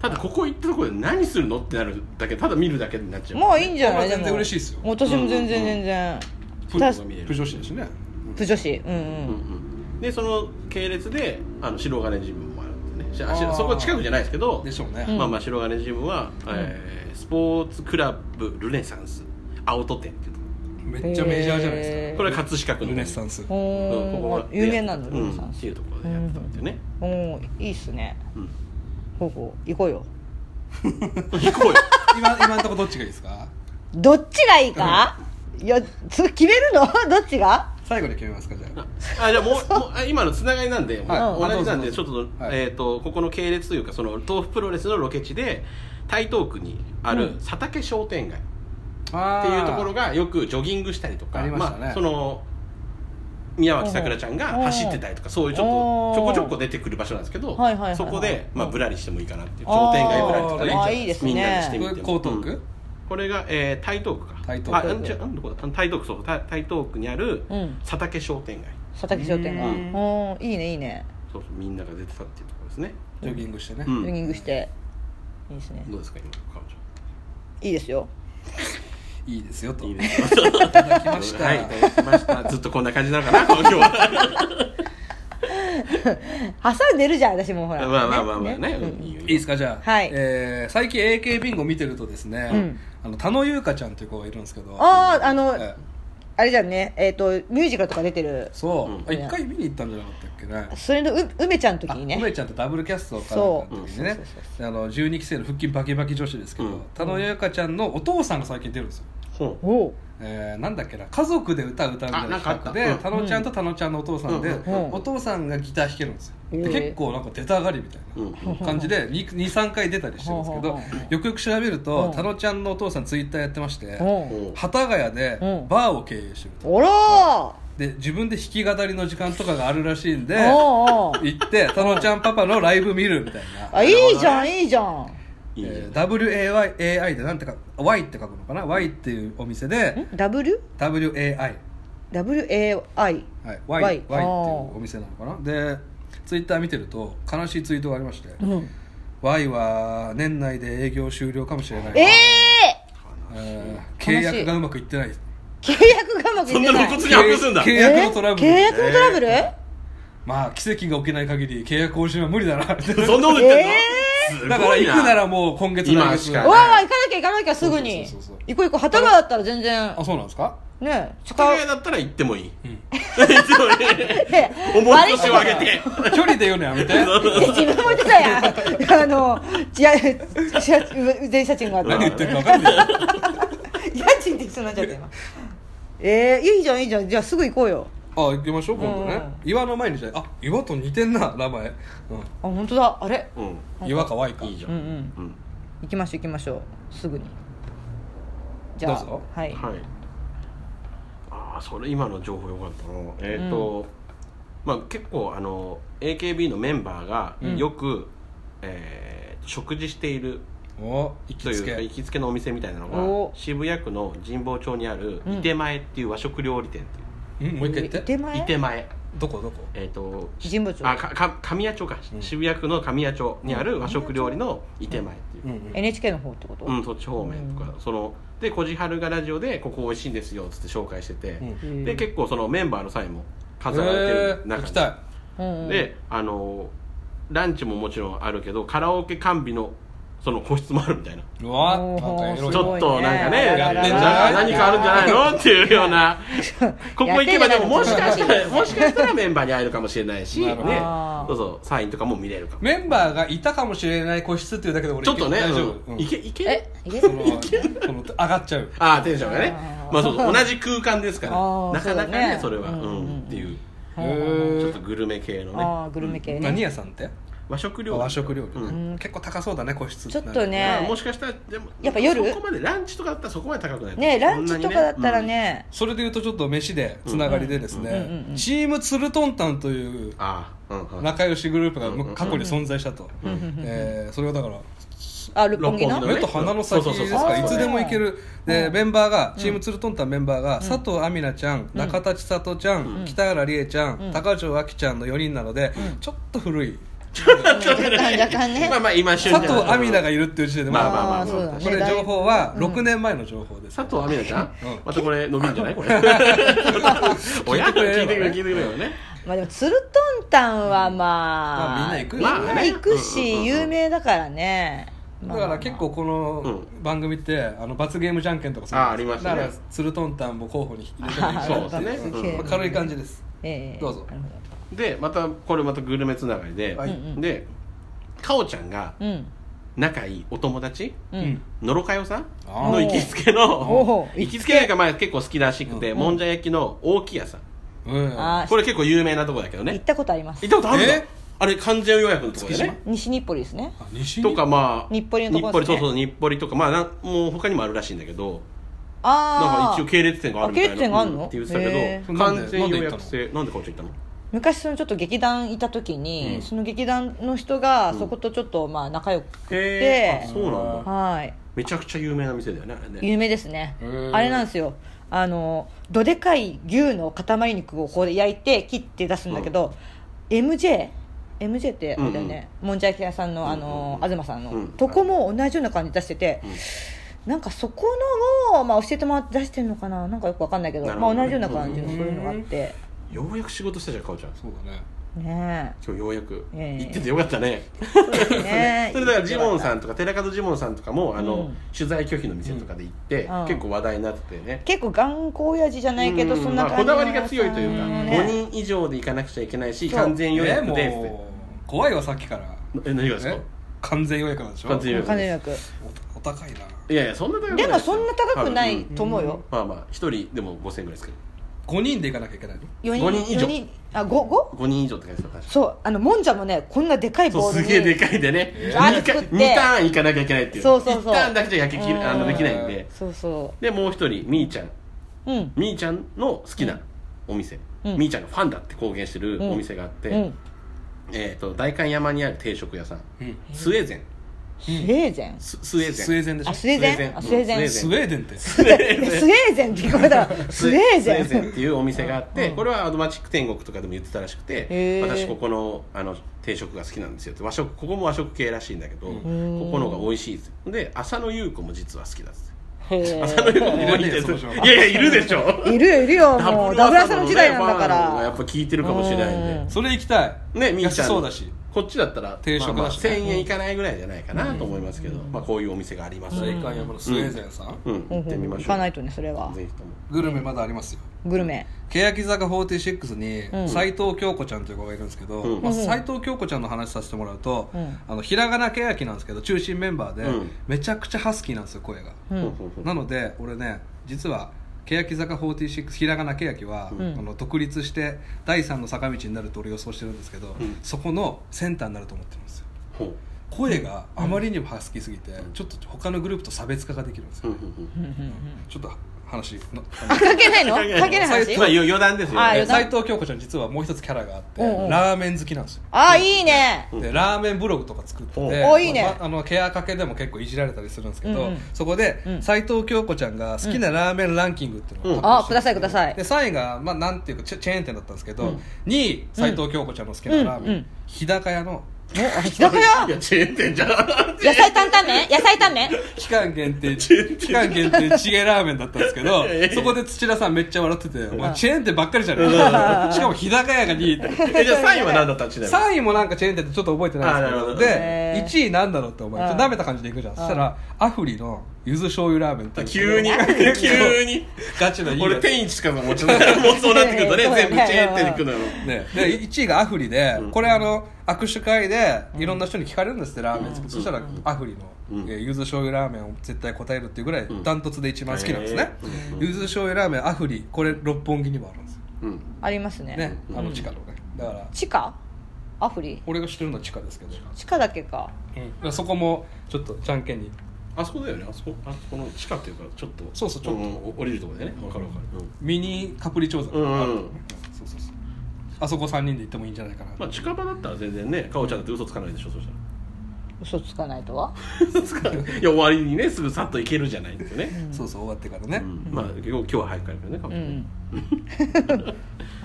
C: ただここ行ったところで何するのってなるだけただ見るだけになっちゃう
A: まあいいんじゃない
B: まあ全然嬉しいですよ
A: もう私も全然全然
B: プ
A: た
B: ロ
A: だ
C: 見える
B: プ女子だしね
A: プ女子うんう
C: うんんでその系列であの白金ジムもあるんでねしあし
B: あー
C: そこ近くじゃないですけど
B: でしょうね
A: うん
C: まあまあ白金ジムは、えースポーツクラブルネサンスアウト店っていうとこ
B: めっちゃメジャーじゃない
A: へ
B: です
A: ー
B: か
C: これは葛飾区の
B: ルネッサンス
C: うんここ
A: お
C: が
A: 有名なんだ
C: う
A: ル
C: ん
A: ーさん
C: っていうところでやってたんですよね、
A: おおいいっすね
C: うん
A: ほうほう行こうよ
C: 行こうよ
B: 今今のとこどっちがいいですか
A: どっちがいいかいやそれ決めるの どっちが
B: 最後で決めますかじゃあ
C: あじゃあもうもうあ今のつながりなんで、
B: はい
C: 同じなんでち
B: ど
C: ょ
B: う
C: っ
B: ぞ
C: と,、
B: どうぞはい
C: えー、とここの系列というかその豆腐プロレスのロケ地で台東区にある佐竹商店街
B: あ
C: っていうところがよくジョギングしたりとか
B: ありましたね
C: あ、その宮脇さくらちゃんが走ってたりとかそういうちょっとちょこちょこ出てくる場所なんですけど、
A: はいはいはいはい
C: そこで、まあ、ぶらりしてもいいかなっていう
A: あー
C: 商店街ぶらりとか
B: あー
A: いいですね
C: みんなでしてみても
B: 江東区
C: うんこれが、えー台東区か
B: 台東区
C: ああ違うあどこだあ台東区そう台台東区にある
A: うん
C: 佐竹商店街、
A: 佐竹商店が
B: うん
A: おおいいねいいね
C: そうそうみんなが出てたっていうところですね
B: ジョギングしてね、
C: うん
A: ジョギングしていいですね
C: どうですか今彼
A: いいですよ
B: いいですよと
C: 女いい
B: い
C: ですか
B: ただきました、
C: はいいただきました ずっとこんな感じなのかな今日は
A: 挟んでるじゃん私もほら
C: まあまあまあまあね
A: うん
C: いいよ
B: いいですかじゃあ、
A: はい
B: えー最近 AK ビンゴ見てるとですね、
A: うん
B: あの田野優香ちゃんっていう子がいるんですけど
A: あああの
B: ええ
A: あれじゃんねえっとミュージカルとか出てる
B: そう、
C: うん
B: あ一回見に行ったんじゃなかったっけね
A: それのう梅ちゃんの時
B: あ
A: にね
B: 梅ちゃんとダブルキャストかなんかの時にね
A: そうそうそう
B: あの12期生の腹筋バキバキ女子ですけど、
C: うん
B: 田野優香ちゃんのお父さんが最近出るんですよ、
C: ほう
A: おう
B: えーなんだっけな家族で歌歌うみたい
C: あ
B: な
C: なんかあっ
B: 企
C: た
B: 画で、
C: うん
B: 田野ちゃんと田野ちゃんのお父さんで、
C: うん
A: うん
B: お父さんがギター弾けるんですよ、
A: へ
B: で
A: え
B: 結構なんか出たがりみたいな、
C: うん
B: 感じで23回出たりしてるんですけ
A: ほう
B: ど
A: ほうほう
B: よくよく調べる
A: う
B: と
A: ん
B: タロちゃんのお父さんツイッターやってまして
A: おう
C: ほう
B: 幡ヶ谷で
A: うん
B: バーを経営してると
A: おら
B: で自分で弾き語りの時間とかがあるらしいんで
A: ーおうおう
B: 行ってタロちゃんパパのライブ見るみたいな、
A: あいいじゃんいいじゃん
C: いいね
B: えー WAI でなんてか Y って書くのかな Y っていうお店で
A: W?WAI
B: WAI、はい、
A: Y
B: Y, y っていう
A: あー
B: お店なのかなでツイッター見てると悲しいツイートがありまして
A: うん、
B: Y は年内で営業終了かもしれない
A: ええ
B: えー契約がうまくいってない
A: ー、契約がうまくい
C: そ
A: っ
C: ん
A: て
C: な露
A: ない
C: 骨に発表するんだ
B: 契約のトラブル
A: えー契約のトラブル、
C: え
B: まあ奇跡が起きない限り契約更新は無理だなだか
C: そんなこと言ってんの、すごい な
B: ら行くならもう今月
C: 今
B: 来月
C: しか
A: わ
C: ない
A: わ行かなきゃ行かなきゃすぐに
B: そうそうそうそう
A: 行こう行こう旗場だったら全然
B: あそうなんですか
A: ね
C: 世
A: 近
C: 田
A: い
C: 谷だったら行っても いい、
B: ん
C: いつもね
A: で
C: 思い越しを上げて
B: 距離で言うのやめて
A: 自分も言ってたやんあの違う車全車賃があっ た
B: 何言ってるか分かんない
A: 家賃ってきそうになっちゃった今えー、いいじゃんいいじゃんじゃあすぐ行こうよ
B: あ行きましょう今度ね、
A: う
B: 岩の前にじゃああ岩と似てんな名前、
A: あ本当だあれ
C: う
B: うん、岩かわいか
C: んいいじゃ
A: うん
C: ん、
A: うん
C: うん
A: 行きましょう行きましょうすぐにじゃあ
B: どうぞ
A: はい、
C: はいああそれ今の情報よかったなえっ、と、まあ結構あの AKB のメンバーが
A: うん
C: よく、えー食事している
B: お行き
C: とい
B: つ
C: うか
B: け
C: 行きつけのお店みたいなの
A: お
C: が渋谷区の神保町にある
A: うん
C: 伊手前っていう和食料理店っていう、
B: うんもう一回言って
A: 手前
C: 伊手前
B: どこどこ
C: えっ、と
A: 神保町
C: あかか神谷町か、
B: うん
C: 渋谷区の神谷町にある和食料理の伊手前っていう、
B: うんうん
A: NHK の方ってこと、
C: うん、そっち方面とか、そのでこじはるがラジオでここ美味しいんですよっつって紹介してて、
B: うん
A: へー
C: で結構そのメンバーの際も飾られて
B: え
C: る
B: ー、行
C: 中
B: き
C: で,、
B: たい
A: うんうん
C: であのランチももちろんあるけどカラオケ完備のその個室もあるみたいな、
B: うわ
A: おー
B: なんかエロい
C: ちょっとなんかね
B: すごいね
C: やってんじゃ
B: やってんじ
C: ない
B: ゃない
C: 何かあるんじゃないのっていうようなここ行けばでももしかしたらもしかしたらメンバーに会えるかもしれないし、
B: な
C: ね
B: るほど、
C: そうそうサインとかも見れるかも
B: メンバーがいたかもしれない個室っていうだけで俺
C: ちょっとね、
B: 大丈
C: う
B: 夫、
C: ん
B: うん
C: いけいけ
A: えいけ
B: そ
A: る
B: のその上が っちゃう
C: ああテンションがね
A: あー
C: まあそうそう同じ空間ですから
A: あー
C: なかなかね
A: そ
C: そ
A: う
C: れ
A: だねうん
C: は、
A: うん
C: うんっていう
B: へ
C: ちょっ
B: ー
C: とグルメ系のね
A: ああグルメ系ね
B: 何屋さんって
C: 和食料理
B: 和食料理、
C: うん
A: ん
B: 結構高そうだね個室
A: ちょっとね
C: まあもしかしたらでも
A: やっぱ夜
C: そこまでランチとかだったらそこまで高くない
A: ねランチとかだったら、ね
B: それでいうとちょっと飯でつながりでですね、
A: うんうんうん
B: チームつるとんたんという
C: そんなにねうんああうんはい
B: 仲良しグループが
C: うん
B: 過去に存在したと、
A: うんうん
B: えーそれはだから
A: あ六本木
C: 六
A: の
C: 本木の
B: 目と鼻の先です
C: そうそう
B: から
C: そう
B: い
C: そう
B: つでも行けるでメンバーがチーム
A: うん
B: つるとんたんメンバーが佐藤亜美奈ちゃん中田千里ちゃ
C: うん
B: 北原理恵ちゃ
A: うん
B: ん高城亜希ちゃんの4人なのでちょっと古い
A: 若干 ね
C: まあまあ今旬じ
B: 佐
C: ゃない
B: 藤亜美奈がいるっていう時点で
C: ま
B: ま
C: あ
B: あ
C: まあまあ
A: ーそうだね
B: これ情報は6年前の情報です
C: 佐藤亜美奈ちゃん、
B: うん
C: またこれ伸びんじゃないこれ親と聞いてくれ聞いてくれよね
A: まあでもつるとんたんはまあ、
B: まあみんな行くよ
A: みんな行くし、
C: まあね
A: 有名だからね、
B: だから結構この
C: う
B: 番組ってあの罰ゲームじゃんけんとか
C: あーありましたね
B: だからつるとんたんも候補に入れてもいいし
C: そうですね
B: ん
C: うん
B: まあ軽い感じです
A: ええ
B: どうぞ
A: なるほ
C: でまたこれまたグルメつながりで、
B: はい
A: うんうん
C: でかおちゃんが
A: どうん
C: 仲いいお友達、
A: う
B: うんん
C: のろかよさん
B: あー
C: の行きつけ
A: お
C: の
A: ー
C: 行きつけなんかまあ結構好きらしくて、もんじゃ焼きの大木屋さん
B: うん
A: あ
C: これ結構有名なとこだけど
A: 行
C: ね
A: ったことあります
C: 行ったことあるの、
B: え
C: あれ完全予約のとこだよね
A: 西日暮里ですね
B: あ西に
C: とかまあ
A: 日暮里のとこですね
C: 日暮里そうそう日暮里とかまあなんもう他にもあるらしいんだけどな
A: あ
C: んか
A: あ
C: 一応系列店があるみたいな
A: あ系列店があるの
C: うんって言ってたけ
A: へ
C: ど
B: ー
C: 完全予約制なんでかおちゃん行ったの
A: 昔そのちょっと劇団いた時に、
C: うん
A: その劇団の人がそことちょっとまあ仲良く
C: へ
A: て
C: ーあ、そうなんだ
A: はい
C: めちゃくちゃ有名な店だよねあれね
A: 有名ですね
B: へー
A: あれなんですよあのどでかい牛の塊肉をこう焼いて切って出すんだけど、MJ MJ ってあれだよね、もんじゃ焼き屋さんのあの、
C: うんうんうん
A: 東さんの、
C: うん
A: とこも同じような感じで出してて、なんかそこのを、まあ、教えてもらって出してるのかななんかよくわかんないけど
C: なるほ
A: ま
C: ど
A: あ、
C: ね
A: 同じような感じの
B: う
A: そ
B: ん
A: ういうのがあって
C: ようやく仕事したじゃんかおちゃん
B: そうだね
A: ね
C: 今日ようやく
A: ええ
C: 行っててよかったね、
A: えねえ
C: それだからジモンさんとか寺門ジモンさんとかもあの、
A: うん
C: 取材拒否の店とかで行って、
A: うん
C: 結構話題になっててね、
A: 結構頑固親父じゃないけど、
C: うん
A: そんな
C: まあ
A: 感
C: こ
A: じの
C: だわりが強いというか、
A: そ
C: 五
A: のね
C: 5人以上で行かなくちゃいけないし
A: そう
C: 完全予
B: え
C: 約で
B: もう怖いわさっきから
C: え何がですか
B: え完全予約なんでしょ
C: 完全予約
A: 金なく
B: おお高いない
C: やいやそんな高くない
A: でもそんな高くない
C: うん
A: と思うよ、
C: まあまあ一人でも5000円ぐらいですけど
B: 5人で行かなきゃいけないの
A: 四
C: 五人以上
A: 四あ五五
C: 5人以上って書いてた確か
A: そうあのもんじゃもねこんなでかい
C: そ
A: ボ
C: う
A: ール
C: す
A: に
C: げえでかいんでね
A: え
C: 2
A: ーあれ作って
C: ターン行かなきゃいけないっていう
A: そうそうそう
C: 1ターンだけじゃ焼き切
A: うん
C: るあのできないんで
A: そうそ
C: でもう一人みーちゃん
A: ううん
C: みーちゃんの好きなお店、
A: うん
C: みーちゃんがファンだって公言してるお店があって、
A: うん
C: えー、と代官山にある定食屋さん
B: うん
C: スウェーデン
A: スウェーデン
C: ススウェーデン
B: スウェーデンでしょ
A: あスウェーデンあスウェーデン
B: スウェーデンって
A: スウェーデンスウェーデンって聞こえたらスウェーデン
C: スウェっていうお店があって、これはアドマチック天国とかでも言ってたらしくて、
A: へー
C: 私ここのあの定食が好きなんですよって和食ここも和食系らしいんだけど、ここの方が美味しいですで浅野ゆう子も実は好きだっつって
A: へ
C: 浅野ゆう子
A: ー
C: もい
B: いるねその人
C: るいやいやい るでしょ
A: いるよいるよもうダブル
C: 浅
A: 浅
C: 野
A: 野
C: ね
A: 時代なんだか
C: ファンがや
A: ら
C: っぱ聞いてるかもしれないんで
A: うん
B: それ行きたい
C: ねみーちゃん
B: 安そうだし
C: こっちだったら
B: 定食だしね
C: まあまあ1000円いかないぐらいじゃないかなと思いますけど、まあ、こういうお店があります
B: 青
C: ね
B: 函山のスウェーデンさん、
C: うん、行ってみましょう
A: 行かないとねそれは
C: ぜひとも
B: グルメまだありますよ
A: グルメ
B: 欅坂46に斎藤京子ちゃんという子がいるんですけど、
C: うん
B: まあ、斉藤京子ちゃんの話させてもらうと、
A: うん
B: あのひらがな欅なんですけど中心メンバーで、
C: うん
B: めちゃくちゃハスキーなんですよ声が、
A: うん
C: ほうほうほう
B: なので俺ね実は欅坂46ひらがな欅は、
A: ん
B: あの独立して第三の坂道になると俺予想してるんですけど、
C: ん
B: そこのセンターになると思ってるんですよ
C: ほう
B: 声があまりにもハスキーすぎて、ちょっと他のグループと差別化ができるんですよ、
C: うんうん
A: うんうんうん
B: ちょっと話な
A: あ関係ないの関
C: 関係な
A: 係
C: い
A: ない
B: 斉
A: 話
B: 藤
C: まあよ余談ですよ
A: あ
C: ね
A: 余談
B: 斉藤京子ちゃん実はもう一つキャラがあって
A: うんうん
B: ラーメン好きなんですよ
A: あいいね
B: でラーメンブログとか作って
C: おう
B: て
A: おいいね
B: まあ、あのケアかけでも結構いじられたりするんですけど、
A: うんうん
B: そこで
A: うん
B: 斎、藤京子ちゃんが好きなラーメンランキングっていうのを、
C: うん
A: あくださいください
B: で3位が、まあ、なんていうかチェチェーン店だったんですけど、
C: うん
B: 2位斎藤京子ちゃんの好きなラーメン、
A: うんうん
B: 日高屋の
A: おあ日高屋
C: いやチェ ーン店じゃん
A: 野菜担々 麺野菜担々麺
B: 期間限定期間限定チゲラーメンだったんですけど
C: ええ
B: そこで土田さんめっちゃ笑ってて「お前チェーン店ばっかりじゃねえか」しかも日高屋が2位って
C: えじゃあ3位は何だったちなみ
B: 3
C: に
B: 位もなんかチェーン店ってちょっと覚えてないんですけ
C: あなる
B: ど
C: ほど
A: へ
B: で
A: ー
B: 1位なんだろうって思い
A: うん
B: ちょっと舐めた感じでいくじゃんそしたらアフリのゆず醤油ラーメンっていう
C: 急に急に
B: ガチのいいやつ
C: 俺天一しか持ちながらもうそうなってくると ね
A: そうだね
C: 全部チェーン店に行くのよ
B: ね、で1位がアフリで、これあの握手会でいろんな人に聞かれるんですってラーメン作って、そしたらアフリの、
C: うん
B: えーゆず醤油ラーメンを絶対答えるっていうぐらい
C: ん
B: ダントツで一番好きなんですね、
C: へー
B: ゆず醤油ラーメンアフリこれ六本木にもあるんですよ
C: うん
A: ありますね
B: ね、あの地下のねだから
A: 地下アフリ
B: 俺が知ってるのは地下ですけど、
A: 地下だけか
B: うんそこもちょっとじゃんけんに
C: あそこだよねあそこあそこの地下っていうかちょっと
B: そうそうちょっと
C: ん降りるところでねわかるわかる
B: ミニカプリチョーザ
C: うんうん
B: そうそうそうあそこ3人で行ってもいいんじゃないかな、
C: まあ近場だったら全然ねかおちゃんだって嘘つかないでしょそしたら
A: 嘘つかないとは
C: 嘘つかない いや終わりにねすぐさっと行けるじゃないんですよね
B: そうそう終わってから
C: う
B: ね、
C: んまあ今日今日は早く帰るけどねかお
A: う
C: ちゃんね
A: ん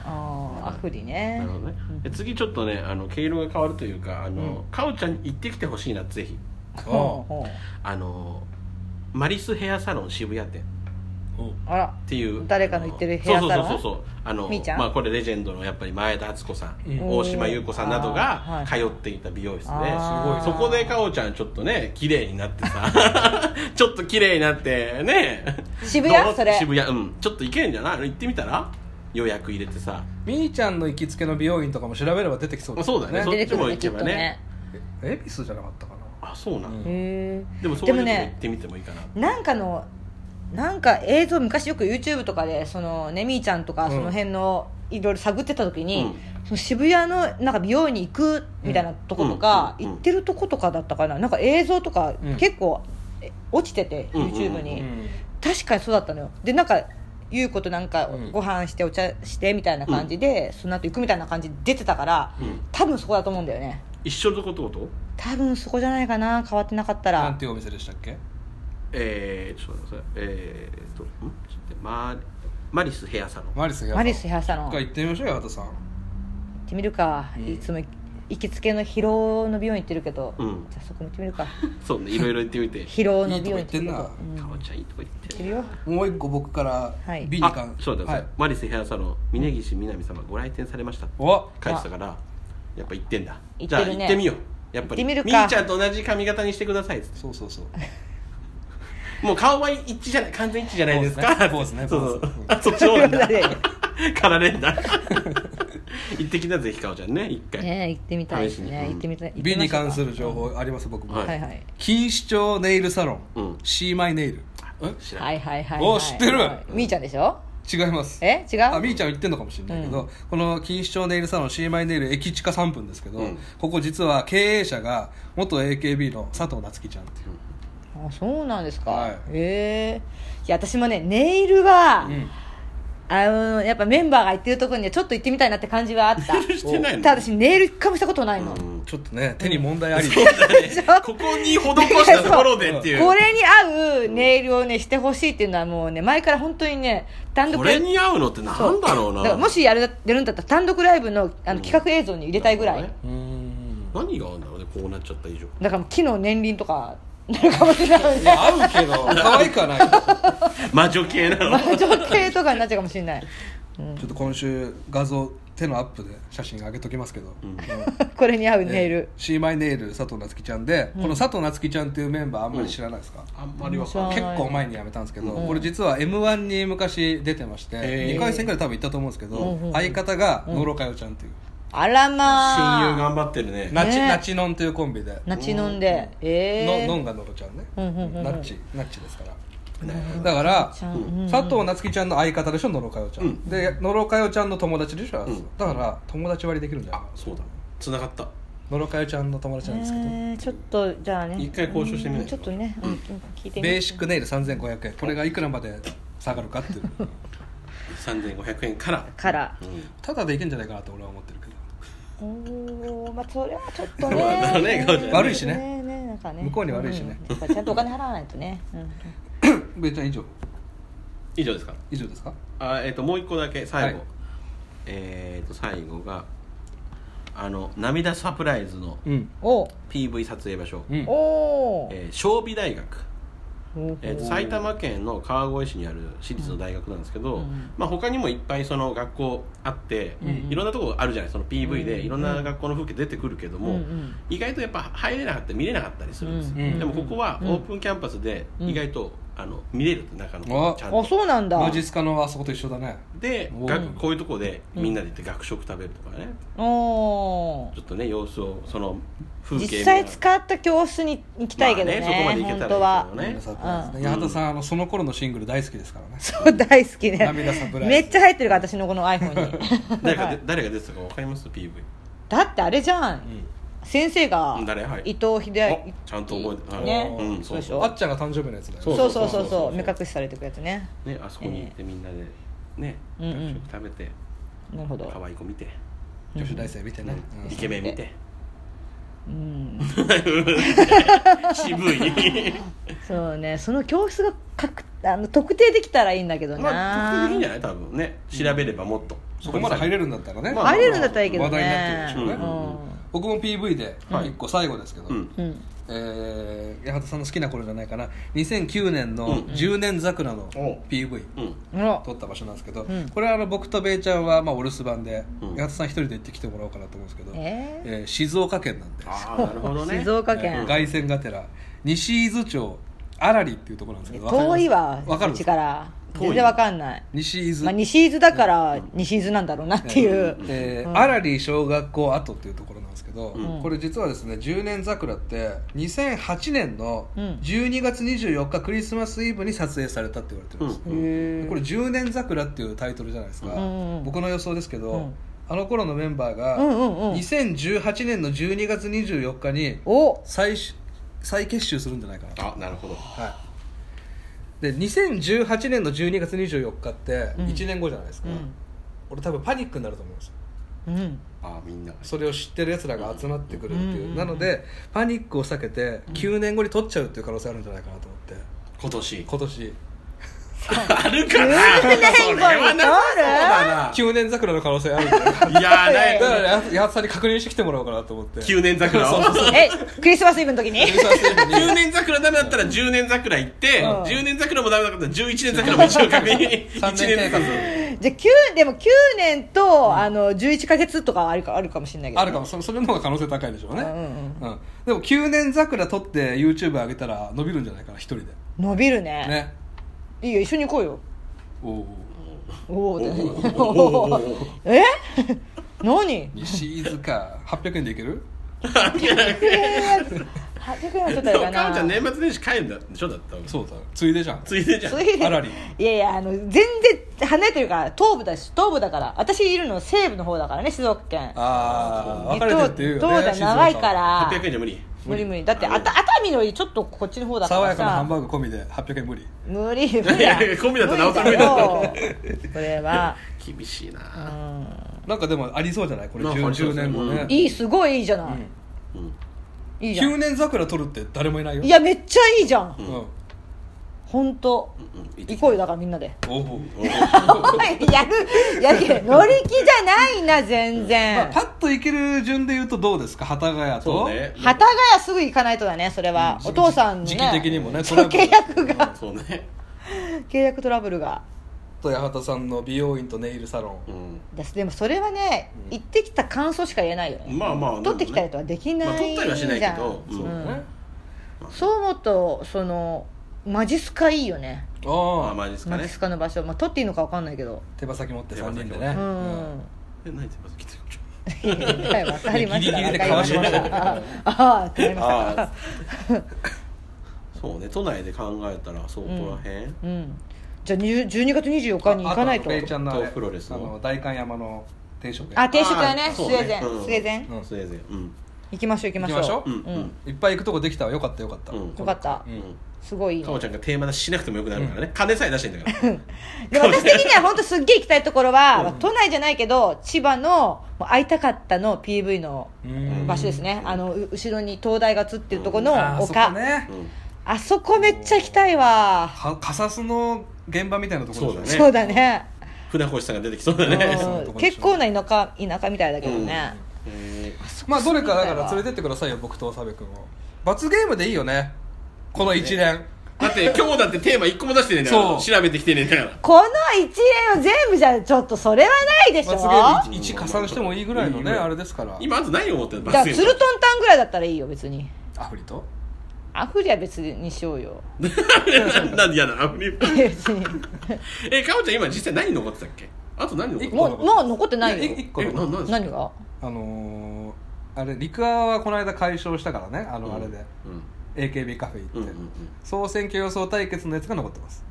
A: ああアフリね
C: なるほどねで次ちょっとねあの毛色が変わるというかあのかおちゃんに行ってきてほしいなぜひ
A: ほうほう
C: あのマリスヘアサロン渋谷店
B: おう
A: あら
C: っていう
A: 誰かの言ってるヘアサロン
C: そうそうそうそうあの
A: みーちゃん
C: まあ、これレジェンドのやっぱり前田敦子さん、
B: うん
C: 大島優子さんなど
A: あ
C: が通
A: ー
C: っていた美容室で、
A: あー
C: そこでかおちゃんちょっとね綺麗になってさ ちょっと綺麗になってね
A: 渋谷
C: どう
A: それ
C: 渋谷うんちょっと行けんじゃない行ってみたら予約入れてさ
B: みーちゃんの行きつけの美容院とかも調べれば出てきそう
C: あそうだねそ
A: 出てくるねきっとね
B: え恵比寿じゃなかったかな
C: あそうな
B: う
C: ん、
B: ん
A: へえ
C: でもそういう
A: で
C: の
A: も
C: も
A: ね
C: 行ってみてもいいかな、
A: なんかのなんか映像昔よく YouTube とかでそのねみーちゃんと
B: う
A: か
B: ん
A: その辺のいろいろ探ってた時に、その渋谷のなんか美容院に行くみたいなとことか、
C: うんうんうん
A: 行ってるとことかだったかななんか映像とか
B: うん
A: 結構え落ちてて、
C: うんうんうん
A: YouTube に、
B: うん
A: 確かにそうだったのよでなんか優子となんか
B: うん
A: ご飯してお茶してみたいな感じで、その後行くみたいな感じで出てたから
C: うん
A: 多分そこだと思うんだよね
C: 一緒のとことこと
A: 多分そこじゃないかな変わってなかった
B: なん
A: ら
B: ていうお店でしたっけ
C: えー、ちょっと待ってくださいえー、っとんちょっと待ってママリスヘアサロン
B: マリスヘアサロン
A: マリスヘアサロン
B: 一回
A: 行っ
B: 行ってみましょうよ矢田さん
A: てみるか、
B: うん
A: いつも行きつけの疲労の美容院行ってるけど、
C: うん
A: じゃあそこも行ってみるか
C: そうねいろいろ言ってみて
A: 疲労の
B: いいと
A: 美容
B: こ行
A: 院
B: ってんな
A: 行ってるけどうん
C: かおちゃんいいとこ行っ
A: 行ってて
C: る
A: るよ
B: もう一個僕から
A: はい
B: 美に関
C: あそうだ、
B: はい
C: マリスヘアサロン峯岸みなみ様ご来店されました
B: お
C: 返したからやっぱ行ってんだ
A: 行ってるね
C: じゃあ行ってみようやっぱり
A: 行ってみるか
C: みーちゃんと同じ髪型にしてくださいっつっ
B: そうそうそう
C: てもう顔は一致じゃない完全一致じゃないです
B: ポ
C: か
B: ーズね
C: そう
B: ポーズね
C: そうあそっちの方なんだ
A: いやいや
C: かられんだ行ってきなぜひかおちゃんね一回、
A: ねえ行ってみたいです
C: 試し
A: ね
C: に
A: 行ってみたい行ってみ
B: 美
A: ま
B: に
A: しょうか
B: 関する情報あります僕も
C: はい
A: はいはい
B: 錦糸町ネイルサロ
C: う
B: ン
C: ん
B: シーマイネイルえ
C: 知らん、
A: はいはいはいはい
B: お知ってる
A: はいみーちゃんでしょ
B: 違います
A: え違う
B: あみーちゃんは言ってんのかもしれないけど、この錦糸町ネイルサロン C マイネイル駅地下3分ですけど、
C: うん
B: ここ実は経営者が元 AKB の佐藤夏樹ちゃんっていう
A: あそうなんですか、
B: はい
A: へえいや私もねネイルは、
B: うん
A: あのやっぱメンバーが行ってるところにはちょっと行ってみたいなって感じはあった
C: してないの
A: ただ私ネイル一回もしたことないの、
C: うん
B: ちょっとね手に問題あり、
C: ここに施したところでっていう
A: これに合うネイルをねしてほしいっていうのはもうね前から本当にね単独
C: こ
A: ライ
C: れ
A: ブ
C: に合うのってなんだろう
A: だ
C: な
A: からもしやるやるんだったら単独ライブのあの企画映像に入れたいぐらい、
C: なるほどね
B: うーん
C: 何があるんだろうねこうなっちゃった以上
A: だからもう木の年輪とか なるかもしれないよ
B: い
A: ね
B: や合うけど可愛くはないち
C: 魔女系なの
A: 魔女系とかになっちゃうかもしれない、 うん
B: ょっと今週画像手のアップで写真上げときますけど、
C: うん
A: これに合うネイル、
B: 「シーマイネイル佐藤夏樹ちゃんで」この佐藤夏樹ちゃんっていうメンバーあんまり知らないですか、
C: あんまりわ
A: うん
C: かんない
B: 結構前に辞めたんですけど、
A: うん
B: これ実は m 1に昔出てまして、
C: へー
B: 2回戦ぐらい多分行ったと思うんですけど、
A: うん
B: 相方が野呂佳代ちゃんっていう、
A: あらまあ
C: 親友頑張ってるね
B: ナチ
A: ね
B: ナチノンっていうコンビで、
A: ナチ飲んで、ええー、
B: ののんが野呂ちゃんね、
A: うんうんうんうん
B: ナッチナッチですから、だから
A: ちゃんうんうん
B: 佐藤夏樹ちゃんの相方でしょ野呂佳代ちゃん、
C: うん
B: で野呂佳代ちゃんの友達でしょ、
C: うん
B: だから友達割りできるんじゃない
C: あそうだ繋がった
B: 野呂佳代ちゃんの友達なんですけど、
A: えーちょっとじゃあね
C: 一回交渉してみない
A: うんちょっとね、うんうん、聞いてみ
B: ベーシックネイル3500円これがいくらまで下がるかって いう
C: 3500円から
A: から
C: うん
B: ただでいけんじゃないかなと俺は思ってるけど
A: おおまあそれはちょっと
C: まあだ
A: ね
C: ね彼女ね
B: 悪いしね
A: ねねなんかね
B: 向こうに悪いしね
A: うんやっぱちゃんとお金払わないとね、うん、
B: ベイちゃん以上
C: 以上ですか
B: 以上ですか
C: あえっ、ともう一個だけ最後、
B: はい
C: えっ、と最後があの涙サプライズの
B: うん
A: お
C: PV 撮影場所、
B: うん
A: おー
C: えー、尚美大学、
A: お
C: えーと埼玉県の川越市にある私立の大学なんですけど、
A: うん
C: まあ、他にもいっぱいその学校あって、
A: うん
C: いろんなとこあるじゃないその PV
A: うん
C: でいろんな学校の風景出てくるけども、
A: うんうん
C: 意外とやっぱ入れなかったり見れなかったりするんですよ、
B: うんうん
C: でもここはオープンキャンパスで意外と、あの見れるって中
B: あ
C: のちゃんと
A: あそうなんだ
B: マジスカのあそこと一緒だね
C: で
B: おー
C: 学こういうとこでみんなで行って学食食べるとかね、
A: おー
C: ちょっとね様子をその風景
A: 実際
C: 見ながら
A: 使った教室に行きたいけどね,、
C: まあねそこまで行けたらいいけど
A: 本
C: ね
A: 当は
C: ね
B: 涙サプライズね八幡さんあのその頃のシングル大好きですからね
A: そう大好きね
B: 涙サプライズ
A: めっちゃ入ってるから私のこの iPhone に
C: 誰かで誰が出てたか分かります PV
A: だってあれじゃん、先生が
C: 誰はい
A: 伊藤秀明
C: あちゃんと覚えてあ
A: ね、
C: うん
A: そうでし
C: そ
A: ょ
B: あっちゃんが誕生日のやつだよ
C: そ
A: そうう
C: そ
A: そうう
C: そ
A: そうう
C: そう
A: そう目隠しされてくやつね
C: ねあそこに行ってみんなでね、
A: ええ
C: 学食食べて
A: なるほど
C: 可愛い子見て、
B: 女子大生見てね
C: イケメン見て
A: うん
C: 渋い
A: そうねその教室がかくあの特定できたらいいんだけどな、
C: まあ特定できるんじゃない多分ね調べればもっと、
B: そこまで入れ
C: る
B: るんだったらね
C: まあ
A: 入れるんだったらいいけどね
B: 話題になってるでしょうね僕も PV で
C: はい
B: 一個最後ですけど、
C: うん
A: うん、うん
B: えー、八幡さんの好きな頃じゃないかな2009年
C: うん
B: の「10年桜」の
C: お
B: PV
C: う
A: あ
C: ん
A: ら
B: 撮った場所なんですけど、
A: ん
B: これはあの僕とべいちゃんはまあお留守番で、
C: うん
B: 八幡さん一人で行ってきてもらおうかなと思うんですけど、
A: え
B: えー静岡県なんで
C: ああなるほどね
A: 静岡
B: えー
A: 県、
B: 凱旋がてら西伊豆町荒里っていうところなんですけどわかりま
A: 遠
B: す
A: いわ
B: わかる
A: うちから
C: 遠い
A: 全然わかんない、
B: 西伊豆、
A: まあ、西伊豆だから西伊豆なんだろうなっていう、
B: えー荒里小学校跡っていうところなんですけど、
C: うん
B: これ実はですね10年桜って2008年の
A: うん
B: 12月24日クリスマスイブに撮影されたって言われてるんです、
C: うん
A: へえ
B: これ「10年桜」っていうタイトルじゃないですか、
A: うんうん
B: 僕の予想ですけど、
A: うん
B: あの頃のメンバーが
A: うんうんうん
B: 2018年の12月24日に
A: お
B: 再し再結集するんじゃないかなと、
C: あなるほど
B: はい、で2018年の12月24日って
A: うん
B: 1年後じゃないです
A: う
B: か、
A: ん
B: 俺多分パニックになると思うんですよ
A: うん
C: あみんな
B: それを知ってる奴らが集まってくるっていう、
A: うん
B: なのでパニックを避けて9年後に取っちゃうっていう可能性あるんじゃないかなと思って
C: 今年
B: 今年
C: あるかな
A: 最後に
C: なさそ
B: 9年桜の可能性あるんじゃない かな
C: うだないやーな
B: だ
C: い
B: からややつさんに確認してきてもらおうかなと思って
C: 9年桜を
A: 取るえクリスマスイブの時に
B: 藤沢選手に
C: 10年桜ダメだったら10年桜行って、
A: うん
C: 10年桜もダメだったら11年桜も一応確認
B: 3年
C: 1年
B: 計
C: ず
B: 画
A: じゃあ9でも9年と、あの11か月とかはあるかあるかもしれないけど
B: あるかもそそれの方が可能性高いでしょうね、
A: う
B: うん
A: うん
B: んでも9年桜取って YouTube 上げたら伸びるんじゃないかな一人で
A: 伸びるね
B: ね
A: いいよ一緒に行こうよ
B: おうおう
A: おお
C: おー
A: ーえ何
B: 西伊豆か800円でいける
A: 800円はちょっと
C: でも
A: や
C: か
A: かな
C: おちゃん年末年始帰るんだでしょだったら
B: そうだついでじゃん
C: ついでじゃん
A: それで
B: あらり
A: いやいやあの全然離れてるから東部だし東部だから私いるの西部の方だからね静岡県
B: ああ
A: え
B: 分かれてるっていうよね
A: 東東部は長い
B: 静岡
A: か
B: は
A: ら
C: 800円じゃ無理
A: 無理無理だってあた熱海のよりちょっとこっちの方だから
B: 爽
A: さ
B: やかなハンバーグ込みで800円無理
A: 無理無理
C: いやいやコンビだったらなおさら無理だ
A: よこれは
C: 厳しいな
A: う
B: なんかでもありそうじゃないこれ
C: なんかありそう
B: 10, 年後ね、
A: んいいすごいいいじゃない、
C: うん
A: いいじゃ
B: 9
A: ん
B: 年桜撮るって誰もいないよ
A: いやめっちゃいいじゃん
B: うん
C: うん
A: 本当
C: うんうん行ってきて
A: 行こうよだからみんなで
B: おお
C: おー
A: やるやけ乗り気じゃないな全然、
B: まあ、パッと行ける順で言うとどうですか幡ヶ谷と
C: そうね
A: 幡ヶ谷すぐ行かないとだねそれは、お父さんの、ね、
B: 時期的にもね
A: そう
B: トラブル
A: 契約が
C: そうね
A: 契約トラブルが
B: と八幡さんの美容院とネイルサロン
C: うん
A: ですでもそれはね、行ってきた感想しか言えないよね、
C: まあまあ
A: 取ってきたりとはできない
C: まあ取ったりはしないけど
A: じゃん
C: うん
A: うん
B: ね
A: そう思うとそのマジスカいいよね
C: まあ
B: あ
C: まあですか
A: マジ
C: ね
A: スカの場所、まあ、取っていいのか分かんないけど
B: 手羽先持って3人
A: う、
B: でねうん
C: え何て言います来てる
A: はい分かりました
B: ギリギリでかわしました
A: 分かりましたああってなりました
C: あーそうね都内で考えたらそうこら辺、ん
A: うんじゃあ20 12月24日に行かないと
B: ああとペイちゃんのあれ
C: とプロレス
B: あ
C: の
B: の代官山の定食
A: あ
B: 屋
A: 定食だね
C: あ
A: ス
C: そ
A: ウ
C: う
A: ェ
C: ね
A: ーデン、
C: うん
A: スウェーデン
B: うん
C: それでうん
A: 行きましょう行きましょう
B: 行きましょ
C: う
B: うん
C: うん
B: いっぱい行くとこできたわよかったよかった、
C: うん
A: よかった、
B: う
C: うんん
A: すごいいいね
C: かおちゃんがテーマ出ししなくてもよくなるからね、金さえ出してんだから
A: で私的には本当すっげえ行きたいところは、まあ都内じゃないけど千葉のもう会いたかったの PV の
B: うん
A: 場所ですね、あのう後ろに灯台が映ってるとこの
B: あーそ
A: 丘、
B: こね
C: うん
A: あそこめっちゃ行きたいわ
B: かカサスの現場みたいなところでし
C: ね
A: そうだね
C: 船越さんが出てきそうだね
B: そういう
A: う
B: と
A: ん
B: こでしょ
A: 結構な田舎田舎みたいだけどね、
C: え
B: ょまあどれかだから連れてってくださいよ僕と長部君を罰ゲームでいいよねこの一連、
C: ーだって今日だってテーマ一個も出してねえんだか
B: そ
C: ら
B: う
C: 調べてきてねえんだから
A: この一連を全部じゃちょっとそれはないでしょ
B: 罰ゲ
A: だ
B: ーム 1, 加算してもいいぐらいの
C: い
B: ね
C: いぐらい
B: あれですから
C: 今あんた何を思ってんの
A: からツルトンタンぐらいだったらいいよ別に
B: アフリと
A: アフリは別にしよう よ
C: なんで嫌なのアフリ
A: 別に
C: えかおちゃん今実際何残ってたっけあと何残って
B: 一
C: た
B: 個
A: もうもう残ってない
B: いやい
A: よ
B: 一個
C: えななんですか
A: 何が
B: あのーあれ陸アはこの間解消したからねあのあれで、
C: うん
B: AKB カフェ
C: う
B: 行
C: ん
B: っ
C: うん
B: て、
C: うん
B: 総選挙予想対決のやつが残ってます、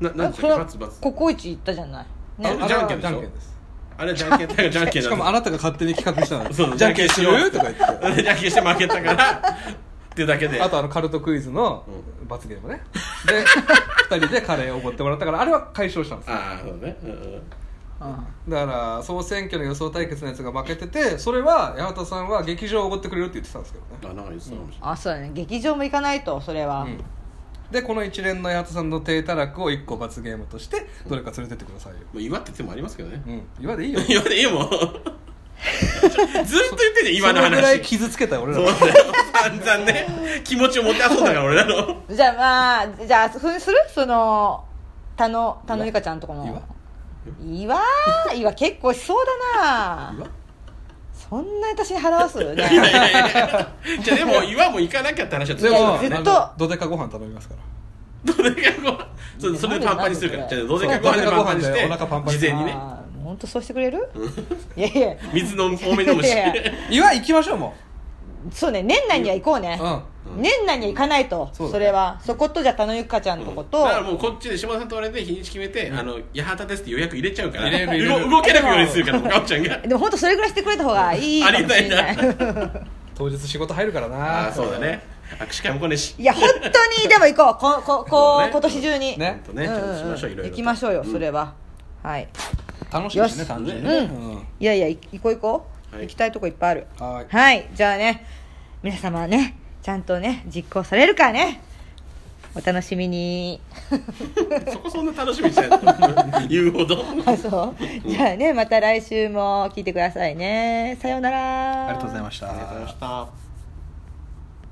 C: ななんで
A: そ
C: し
A: れ
C: たっけ
A: は
C: バツバツ
A: ココイチ行ったじゃない
B: あ
A: ね
B: あれは
C: じゃんけんでしょ
B: けんです
C: あれはじゃんけんだからじゃんけん
B: し
C: な
B: か
C: ん
B: も
C: だ
B: あなたが勝手に企画したの
C: そう
B: じゃんけんしよ
C: じゃんけ
B: う
C: んしよ
B: とか言
C: う
B: って
C: あれじゃんけんして負けたからっていうだけで
B: あとあのカルトクイズの罰ゲームね、 で2人でカレーをおごってもらったからあれは解消したんですよ
C: ああそうねうんうん
A: うん
B: だから総選挙の予想対決のやつが負けててそれは八幡さんは劇場をおごってくれるって言ってたんですけどね
C: あなんか言ってたかもし
A: あそうだね劇場も行かないとそれは、
B: うんでこの一連の八幡さんの低たらくを1個罰ゲームとしてどれか連れてってくださいよ、
C: れないまあ岩って手もありますけどね
B: うん、今 でいいよ
C: 岩でいいもんずっと言ってんねん岩の
B: そのぐらい
C: 話
B: 傷つけたよ俺ら
C: そうだよ散々ね気持ちを持って遊んだから俺らの
A: じゃあまあじゃあふんするその田野田野ゆかちゃんとこの岩岩結構しそうだな
B: 岩
A: そんなに私に払 わすね
C: いやいやいやじゃあでも岩も行かなきゃって話は
B: で
C: ずっと
B: も
A: ずっと
B: あのどでかご飯頼みますから
C: どでかいご飯そうそれでパンパンにするから
A: なんで
C: じゃあ
A: なん
C: どでかいご飯でパンパンにし
B: そ
C: て
B: うどでかいご飯でお腹パンパンに
C: 事前にね
A: あー本当そうしてくれるいやいや
C: 水飲む多め飲むし
A: いやいや
B: 岩行きましょうも
A: そうね年内には行こうね
B: う、うん
C: うん
A: 年内には行かないと、
B: そうだね
A: それはそことじゃあ田野ゆかちゃんのとこと、
C: だからもうこっちで島田さんと俺で日にち決めて、あの八幡ですって予約入れちゃうから
B: 入れる入れる
C: 動動けなくようにするからもうかおちゃんが
A: でも本当それぐらいしてくれた方がいいかもしれな
C: あ
A: い
C: りが
B: 当日仕事入るからな
C: ああそうだね握手会も来ねえし
A: いや本当にでも行こうこここ、
C: そうね
A: 今年中に、
B: ね
C: ほんとねちょっとしましょういろいろと
A: 行きましょうよ、それははい
B: 楽しいです
A: よ
B: ね
A: し
B: 単純にね
A: いやいやい行こう行こう、
C: はい
A: 行きたいとこいっぱいある
B: うんはい
A: はいじゃあね皆様はねちゃんとね実行されるからねお楽しみに
C: そこそんな楽しみにしてない言うほど
A: あそうじゃあねまた来週も聞いてくださいねさようなら
B: ありがとうございました
C: ありがとうございました